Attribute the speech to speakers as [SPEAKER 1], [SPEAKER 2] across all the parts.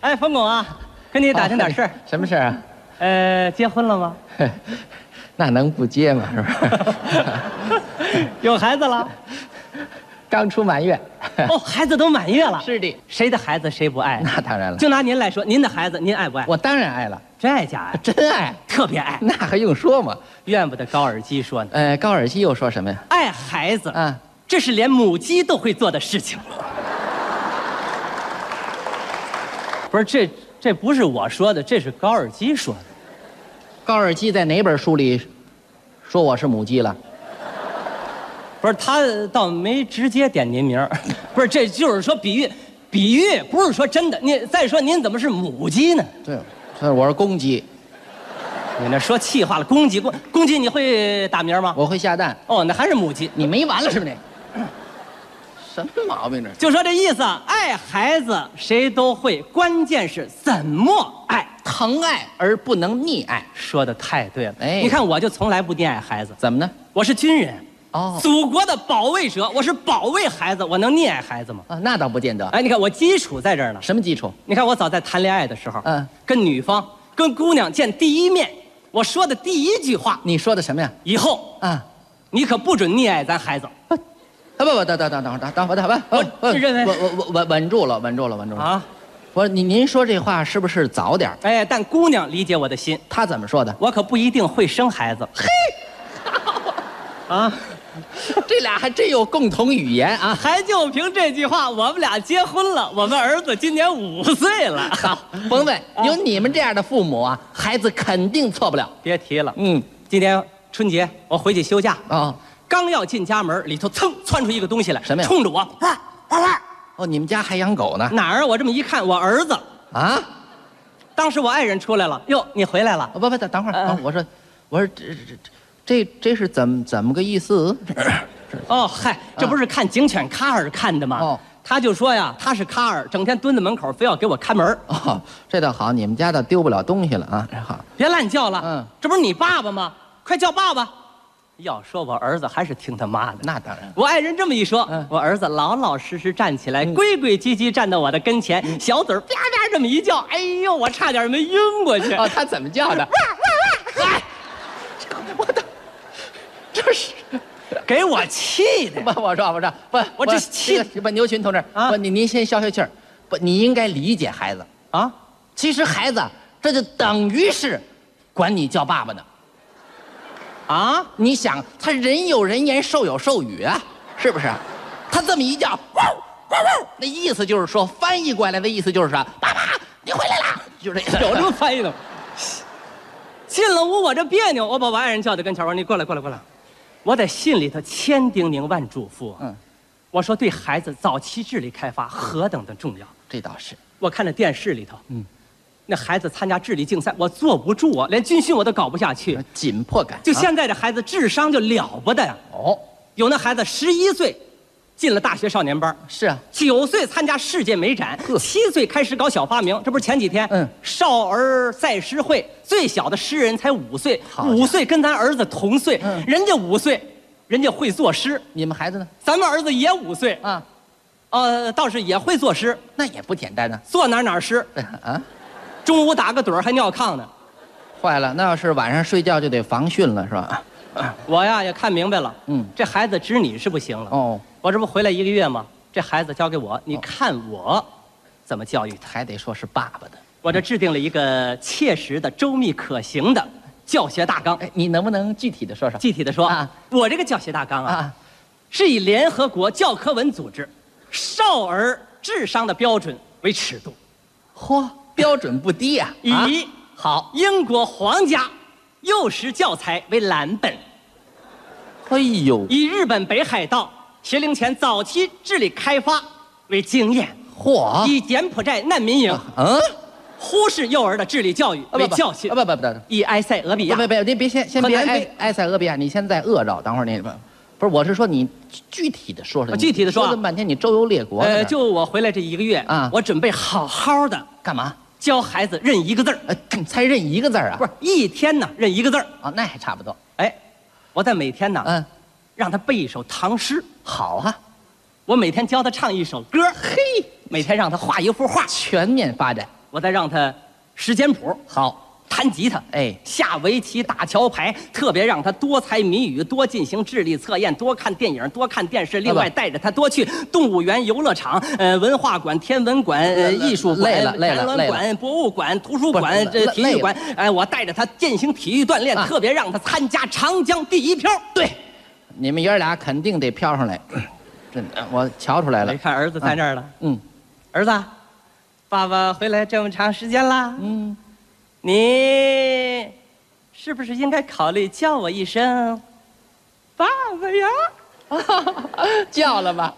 [SPEAKER 1] 哎，冯巩啊，跟你打听点事儿。
[SPEAKER 2] 哦 什么事儿啊？
[SPEAKER 1] 呃，结婚了吗？
[SPEAKER 2] 那能不接吗？是 吧？
[SPEAKER 1] 有孩子 了？
[SPEAKER 2] 刚出满月。
[SPEAKER 1] 哦，孩子都满月了。
[SPEAKER 2] 是的，
[SPEAKER 1] 谁的孩子谁不爱？
[SPEAKER 2] 那当然了，
[SPEAKER 1] 就拿您来说，您的孩子您爱不爱？
[SPEAKER 2] 我当然爱了，
[SPEAKER 1] 这家爱，
[SPEAKER 2] 真爱，
[SPEAKER 1] 特别爱，
[SPEAKER 2] 那还用说吗？
[SPEAKER 1] 怨不得高尔基说呢。
[SPEAKER 2] 呃，高尔基又说什么呀？
[SPEAKER 1] 爱孩子，
[SPEAKER 2] 啊，
[SPEAKER 1] 这是连母鸡都会做的事情。 不是这这不是我说的，这是高尔基说的。
[SPEAKER 2] 高尔基在哪本书里说我是母鸡了？
[SPEAKER 1] 不是他倒没直接点您名儿， 不是这就是说比喻，比喻不是说真的。您再说您怎么是母鸡呢？
[SPEAKER 2] 对，所以我是公鸡，
[SPEAKER 1] 你那说气话了，公鸡公公鸡你会打鸣吗？
[SPEAKER 2] 我会下蛋。
[SPEAKER 1] 哦，那还是母鸡。
[SPEAKER 2] 你没完了是不是？你 什么毛病这是？
[SPEAKER 1] 就说这意思，啊爱孩子谁都会，关键是怎么爱。哎
[SPEAKER 2] 疼爱而不能溺爱，
[SPEAKER 1] 说的太对了，
[SPEAKER 2] 哎
[SPEAKER 1] 你看我就从来不溺爱孩子，
[SPEAKER 2] 怎么呢？
[SPEAKER 1] 我是军人，
[SPEAKER 2] 哦
[SPEAKER 1] 祖国的保卫者，我是保卫孩子，我能溺爱孩子吗？
[SPEAKER 2] 啊，那倒不见得。
[SPEAKER 1] 哎，你看我基础在这儿呢。
[SPEAKER 2] 什么基础？
[SPEAKER 1] 你看我早在谈恋爱的时候，
[SPEAKER 2] 嗯
[SPEAKER 1] 跟女方、跟姑娘见第一面，我说的第一句话，
[SPEAKER 2] 你说的什么呀？
[SPEAKER 1] 以后
[SPEAKER 2] 啊，
[SPEAKER 1] 你可不准溺爱咱孩子。
[SPEAKER 2] 啊不不，等等等等等等，我等我
[SPEAKER 1] 我认为
[SPEAKER 2] 我我我稳稳住了，稳住了，稳住了。
[SPEAKER 1] 啊，
[SPEAKER 2] 我您您说这话是不是早点儿？
[SPEAKER 1] 哎，但姑娘理解我的心，？
[SPEAKER 2] 他怎么说的
[SPEAKER 1] 我可不一定会生孩子。嘿，啊，
[SPEAKER 2] 这俩还真有共同语言啊！
[SPEAKER 1] 还就凭这句话，我们俩结婚了，我们儿子今年五岁 了。
[SPEAKER 2] 好，甭问，有你们这样的父母啊，孩子肯定错不了。
[SPEAKER 1] 别提了，
[SPEAKER 2] 嗯，
[SPEAKER 1] 今年春节我回去休假，
[SPEAKER 2] 哦
[SPEAKER 1] 刚要进家门，里头噌窜出一个东西来，
[SPEAKER 2] 什么呀
[SPEAKER 1] 冲着我，啊啊！
[SPEAKER 2] 哦，你们家还养狗呢？
[SPEAKER 1] 哪儿啊？我这么一看，我儿子。
[SPEAKER 2] 啊？
[SPEAKER 1] 当时我爱人出来了，哟，你回来了。
[SPEAKER 2] 不不，等等会儿
[SPEAKER 1] 嗯
[SPEAKER 2] 啊！我说，我说这这这这是怎么怎么个意思？
[SPEAKER 1] 哦，嗨，这不是看警犬卡尔看的吗？
[SPEAKER 2] 哦
[SPEAKER 1] 他就说呀，他是卡尔，整天蹲在门口，非要给我看门儿
[SPEAKER 2] 哦，这倒好，你们家倒丢不了东西了啊！这好，
[SPEAKER 1] 别乱叫了。
[SPEAKER 2] 嗯
[SPEAKER 1] 这不是你爸爸吗？快叫爸爸！要说我儿子还是听他妈的。
[SPEAKER 2] 那当然。
[SPEAKER 1] 我爱人这么一说，
[SPEAKER 2] 嗯
[SPEAKER 1] 我儿子老老实实站起来，规规矩矩站到我的跟前，小嘴儿啪啪这么一叫，哎呦，我差点没晕过去。
[SPEAKER 2] 哦，他怎么叫的？
[SPEAKER 1] 哎，
[SPEAKER 2] 我的，这是
[SPEAKER 1] 给我气的
[SPEAKER 2] 不？！我说我说不，
[SPEAKER 1] 我这气
[SPEAKER 2] 这个不，牛群同志
[SPEAKER 1] 啊
[SPEAKER 2] 不，你您先消消气儿，不，你应该理解孩子。
[SPEAKER 1] 啊，
[SPEAKER 2] 其实孩子这就等于是管你叫爸爸呢。
[SPEAKER 1] 啊，
[SPEAKER 2] 你想，他人有人言，兽有兽语啊，是不是？他这么一叫，汪汪汪，那意思就是说，翻译过来的意思就是说，爸爸，你回来啦，就是 这
[SPEAKER 1] 有这
[SPEAKER 2] 个。
[SPEAKER 1] 么翻译的吗？进了屋我这别扭，我把我爱人叫到跟前，我说你过来过来过来，我在信里头千叮咛万嘱咐，
[SPEAKER 2] 嗯，
[SPEAKER 1] 我说对孩子早期智力开发何等的重要。
[SPEAKER 2] 这倒是，
[SPEAKER 1] 我看着电视里头，嗯，那孩子参加智力竞赛，我坐不住啊，连军训我都搞不下去。
[SPEAKER 2] 紧迫感。
[SPEAKER 1] 就
[SPEAKER 2] 像
[SPEAKER 1] 现在这孩子智商就了不得呀，
[SPEAKER 2] 哦，
[SPEAKER 1] 有那孩子十一岁，进了大学少年班，
[SPEAKER 2] 是啊，
[SPEAKER 1] 九岁参加世界美展，七岁开始搞小发明，这不是前几天？
[SPEAKER 2] 嗯
[SPEAKER 1] 少儿赛诗会，最小的诗人才五岁
[SPEAKER 2] 好，家伙
[SPEAKER 1] 五岁跟咱儿子同岁，
[SPEAKER 2] 嗯
[SPEAKER 1] 人家五岁，人家会作诗，
[SPEAKER 2] 你们孩子呢？
[SPEAKER 1] 咱们儿子也五岁，
[SPEAKER 2] 啊，
[SPEAKER 1] 呃，倒是也会作诗，
[SPEAKER 2] 那也不简单呢。
[SPEAKER 1] 坐哪儿哪儿诗，
[SPEAKER 2] 啊，
[SPEAKER 1] 中午打个盹儿还尿炕呢。
[SPEAKER 2] 坏了，那要是晚上睡觉就得防汛了，是吧？
[SPEAKER 1] 我呀也看明白了，
[SPEAKER 2] 嗯
[SPEAKER 1] 这孩子指你是不行了。
[SPEAKER 2] 哦，
[SPEAKER 1] 我这不回来一个月吗？这孩子交给我，你看我怎么教育他。
[SPEAKER 2] 还得说是爸爸的。
[SPEAKER 1] 我这制定了一个切实的、周密可行的教学大纲。
[SPEAKER 2] 哎，你能不能具体的说说？
[SPEAKER 1] 具体的说，
[SPEAKER 2] 啊
[SPEAKER 1] 我这个教学大纲啊，
[SPEAKER 2] 啊，
[SPEAKER 1] 是以联合国教科文组织少儿智商的标准为尺度，
[SPEAKER 2] 嚯，标准不低呀、
[SPEAKER 1] 以、
[SPEAKER 2] 啊。好，
[SPEAKER 1] 英国皇家幼师教材为蓝本，
[SPEAKER 2] 哎呦，
[SPEAKER 1] 以日本北海道学龄前早期智力开发为经验，
[SPEAKER 2] 嚯，
[SPEAKER 1] 以柬埔寨难民营
[SPEAKER 2] 嗯，
[SPEAKER 1] 忽视幼儿的智力教育
[SPEAKER 2] 啊
[SPEAKER 1] 为
[SPEAKER 2] 不不
[SPEAKER 1] 教训
[SPEAKER 2] 啊，不不不不。
[SPEAKER 1] 以埃塞俄比亚
[SPEAKER 2] 别别别，您别先先
[SPEAKER 1] 和
[SPEAKER 2] 别
[SPEAKER 1] 南
[SPEAKER 2] 埃
[SPEAKER 1] 非
[SPEAKER 2] 埃塞俄比亚，你先在饿着，等会儿你不不是，我是说你具体的说说，
[SPEAKER 1] 啊
[SPEAKER 2] 你
[SPEAKER 1] 具体地说啊
[SPEAKER 2] 说这么半天你周游列国呢，
[SPEAKER 1] 呃，就我回来这一个月
[SPEAKER 2] 啊
[SPEAKER 1] 我准备好好的
[SPEAKER 2] 干嘛？
[SPEAKER 1] 教孩子认一个字儿，
[SPEAKER 2] 呃，才认一个字儿啊？
[SPEAKER 1] 不是一天呢认一个字儿。
[SPEAKER 2] 啊，那还差不多。
[SPEAKER 1] 哎，我在每天呢、
[SPEAKER 2] 嗯，
[SPEAKER 1] 让他背一首唐诗，
[SPEAKER 2] 好啊，
[SPEAKER 1] 我每天教他唱一首歌，
[SPEAKER 2] 嘿，
[SPEAKER 1] 每天让他画一幅画，
[SPEAKER 2] 全面发展。
[SPEAKER 1] 我再让他识简谱，
[SPEAKER 2] 好，
[SPEAKER 1] 弹吉他，
[SPEAKER 2] 哎
[SPEAKER 1] 下围棋、打桥牌，特别让他多猜谜语，多进行智力测验，多看电影，多看电视。另外带着他多去动物园、游乐场、呃文化馆、天文馆、呃
[SPEAKER 2] 累了
[SPEAKER 1] 艺术馆、
[SPEAKER 2] 累了累了
[SPEAKER 1] 展览
[SPEAKER 2] 累了
[SPEAKER 1] 馆、博物馆、图书
[SPEAKER 2] 不是
[SPEAKER 1] 馆、这
[SPEAKER 2] 累
[SPEAKER 1] 体育馆。哎，我带着他进行体育锻炼，
[SPEAKER 2] 啊
[SPEAKER 1] 特别让他参加长江第一漂。对，
[SPEAKER 2] 你们爷儿俩肯定得飘上来， 真的，我瞧出来了
[SPEAKER 1] 你。哎看儿子在那儿了，
[SPEAKER 2] 嗯，
[SPEAKER 1] 儿子，爸爸回来这么长时间啦，
[SPEAKER 2] 嗯，
[SPEAKER 1] 你是不是应该考虑叫我一声爸爸呀？
[SPEAKER 2] 嗯叫了吧？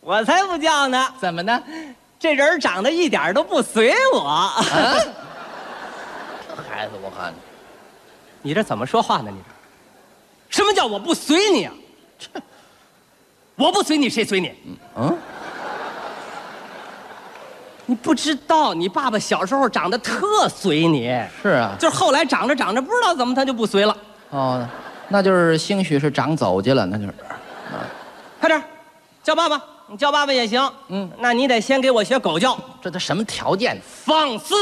[SPEAKER 1] 我才不叫呢！
[SPEAKER 2] 怎么呢？
[SPEAKER 1] 这人儿长得一点儿都不随我。
[SPEAKER 2] 啊？这孩子，我看
[SPEAKER 1] 你这怎么说话呢？你这什么叫我不随你啊？我不随你，谁随你？
[SPEAKER 2] 嗯，
[SPEAKER 1] 你不知道，你爸爸小时候长得特随你，
[SPEAKER 2] 是啊。
[SPEAKER 1] 就是后来长着长着，不知道怎么他就不随了。
[SPEAKER 2] 哦，那就是兴许是长走去了，那就是。
[SPEAKER 1] 快点儿，叫爸爸，你叫爸爸也行。
[SPEAKER 2] 嗯，
[SPEAKER 1] 那你得先给我学狗叫，
[SPEAKER 2] 这都什么条件？
[SPEAKER 1] 放肆。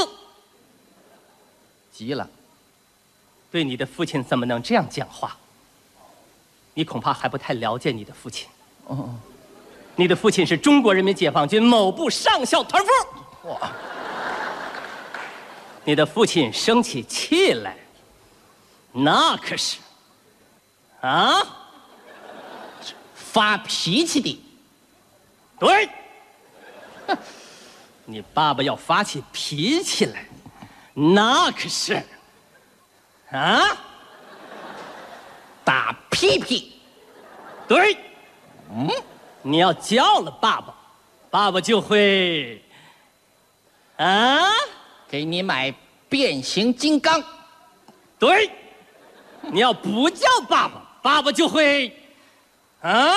[SPEAKER 2] 急了。
[SPEAKER 1] 对你的父亲怎么能这样讲话？你恐怕还不太了解你的父亲。
[SPEAKER 2] 哦，
[SPEAKER 1] 你的父亲是中国人民解放军某部上校团副。
[SPEAKER 2] 哇，
[SPEAKER 1] 你的父亲生起气来，那可是啊，
[SPEAKER 2] 发脾气的。
[SPEAKER 1] 对，你爸爸要发起脾气来，那可是啊，
[SPEAKER 2] 打屁屁，
[SPEAKER 1] 对，嗯，你要叫了爸爸，爸爸就会啊，
[SPEAKER 2] 给你买变形金刚，
[SPEAKER 1] 对，你要不叫爸爸，爸爸就会啊，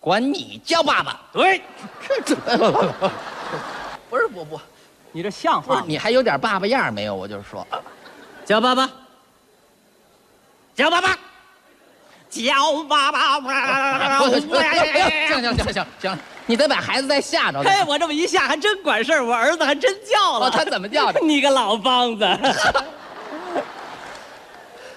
[SPEAKER 2] 管你叫爸爸。
[SPEAKER 1] 对，
[SPEAKER 2] 这这，不是我我
[SPEAKER 1] 你这像
[SPEAKER 2] 不
[SPEAKER 1] 话
[SPEAKER 2] 是
[SPEAKER 1] 吗？
[SPEAKER 2] 你还有点爸爸样儿没有？我就是说，
[SPEAKER 1] 嗯叫爸爸，叫爸爸，叫爸 爸！哎
[SPEAKER 2] 行行行行行，你得把孩子再吓着。
[SPEAKER 1] 嘿，我这么一下还真管事儿，我儿子还真叫了。
[SPEAKER 2] 哦他怎么叫 的
[SPEAKER 1] 你个老梆子！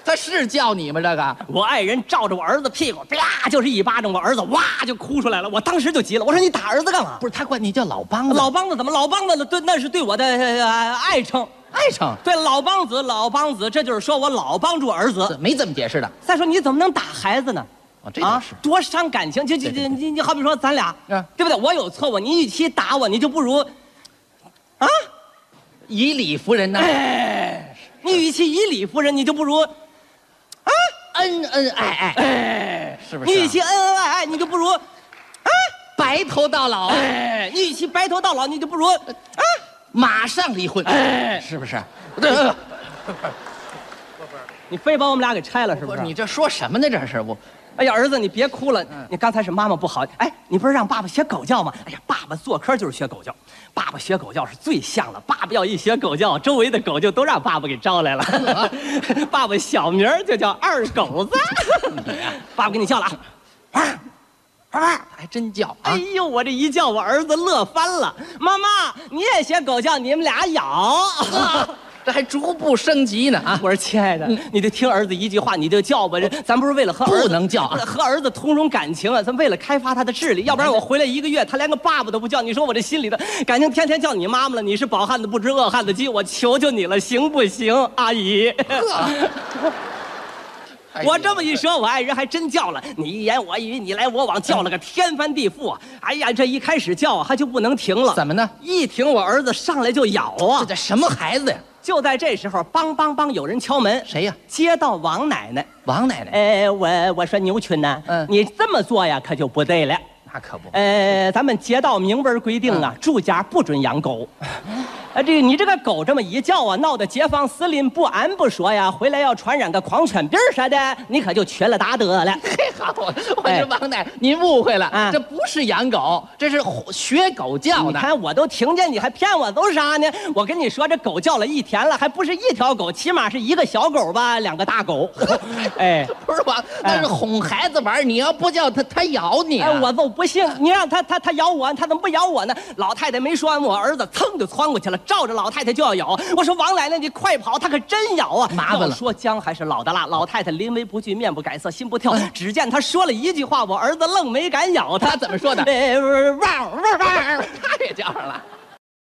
[SPEAKER 2] 他是叫你吗？这个
[SPEAKER 1] 我爱人照着我儿子屁股，啪就是一巴掌，我儿子哇就哭出来了。我当时就急了，我说你打儿子干嘛？
[SPEAKER 2] 不是他管你叫老梆子，
[SPEAKER 1] 老梆子怎么老梆子了？对，那是对我的呃爱称。
[SPEAKER 2] 爱称，
[SPEAKER 1] 对，老梆子，老梆子，这就是说我老帮助儿子。
[SPEAKER 2] 没怎么解释的。
[SPEAKER 1] 再说你怎么能打孩子呢？啊
[SPEAKER 2] 哦这倒是
[SPEAKER 1] 多伤感情。就就
[SPEAKER 2] 对对
[SPEAKER 1] 就
[SPEAKER 2] 对
[SPEAKER 1] 你你好比说咱俩，
[SPEAKER 2] 嗯
[SPEAKER 1] 对不对？我有错误，你与其打我，你就不如，啊，
[SPEAKER 2] 以理服人呢，
[SPEAKER 1] 哎你与其以理服人，你就不如，啊
[SPEAKER 2] 恩恩爱爱，是不是
[SPEAKER 1] 哎你
[SPEAKER 2] 啊？
[SPEAKER 1] 与其恩恩爱爱，你就不如，
[SPEAKER 2] 白头到老，
[SPEAKER 1] 哎，你与其白头到老，你就不如，
[SPEAKER 2] 呃
[SPEAKER 1] 啊，
[SPEAKER 2] 马上离婚，
[SPEAKER 1] 哎
[SPEAKER 2] 是啊哎不是？对，
[SPEAKER 1] 啊你非把我们俩给拆了是不
[SPEAKER 2] 不
[SPEAKER 1] 是
[SPEAKER 2] 是？你这说什么呢？这是我
[SPEAKER 1] 哎呀，儿子，你别哭了，你刚才是妈妈不好。哎，你不是让爸爸学狗叫吗？哎呀，爸爸做科就是学狗叫，爸爸学狗叫是最像了。爸爸要一学狗叫，周围的狗就都让爸爸给招来了。 爸爸小名儿就叫二狗子。爸爸给你叫了啊！
[SPEAKER 2] 还真叫
[SPEAKER 1] 哎
[SPEAKER 2] 啊！
[SPEAKER 1] 呦，我这一叫，我儿子乐翻了。妈妈，你也学狗叫，你们俩咬。
[SPEAKER 2] 这还逐步升 级呢啊！哦
[SPEAKER 1] 我说亲爱的，你就听儿子一句话，你就叫吧。这咱不是为了和儿子
[SPEAKER 2] 不能叫啊哎
[SPEAKER 1] 和儿子通融感情啊，咱为了开发他的智力，要不然我回来一个月，他连个爸爸都不叫。你说我这心里的感情，天天叫你妈妈了。你是饱汉子不知饿汉子饥，我求求你了，行不行，阿 姨？
[SPEAKER 2] 哎呦
[SPEAKER 1] 我这么一说，我爱人还真叫了，你一言我一语，你来我往，叫了个天翻地覆啊！哎呀，这一开始叫啊，他就不能停了，
[SPEAKER 2] 怎么呢？
[SPEAKER 1] 一停，我儿子上来就咬
[SPEAKER 2] 这
[SPEAKER 1] 啊！
[SPEAKER 2] 这什么孩子呀？
[SPEAKER 1] 就在这时候，梆梆梆，有人敲门，
[SPEAKER 2] 谁呀
[SPEAKER 1] 街道王奶奶。
[SPEAKER 2] 王奶奶，
[SPEAKER 1] 哎，我我说牛群呐、
[SPEAKER 2] 嗯
[SPEAKER 1] 你这么做呀，可就不对了。
[SPEAKER 2] 那可 不，
[SPEAKER 1] 呃，咱们街道明文规定啊，住家不准养狗。啊，这个你这个狗这么一叫啊，闹得街坊四邻不安不说呀，回来要传染个狂犬病啥的，你可就缺了大德了。
[SPEAKER 2] 嘿，好，我
[SPEAKER 1] 哎
[SPEAKER 2] 说王奶奶，您误会了
[SPEAKER 1] 啊，
[SPEAKER 2] 这不是养狗，这是学狗叫
[SPEAKER 1] 你
[SPEAKER 2] 呢。
[SPEAKER 1] 看我都听见，你还骗我都啥呢？我跟你说，这狗叫了一天了，还不是一条狗，起码是一个小狗吧，两个大狗。哎。
[SPEAKER 2] 不是王，那是哄孩子玩儿，你要不叫他，他咬你啊。
[SPEAKER 1] 哎，我就不信，你让他他他咬我，他怎么不咬我呢？老太太没说完，我儿子噌就窜过去了，照着老太太就要咬。我说王奶奶，你快跑，她可真咬啊！
[SPEAKER 2] 麻烦了
[SPEAKER 1] 要说姜还是老的辣，老太太临危不惧，面不改色，心不跳。只见她说了一 句话，我儿子愣没敢咬她。
[SPEAKER 2] 她怎么说的
[SPEAKER 1] 哎汪汪汪！
[SPEAKER 2] 他也这样了。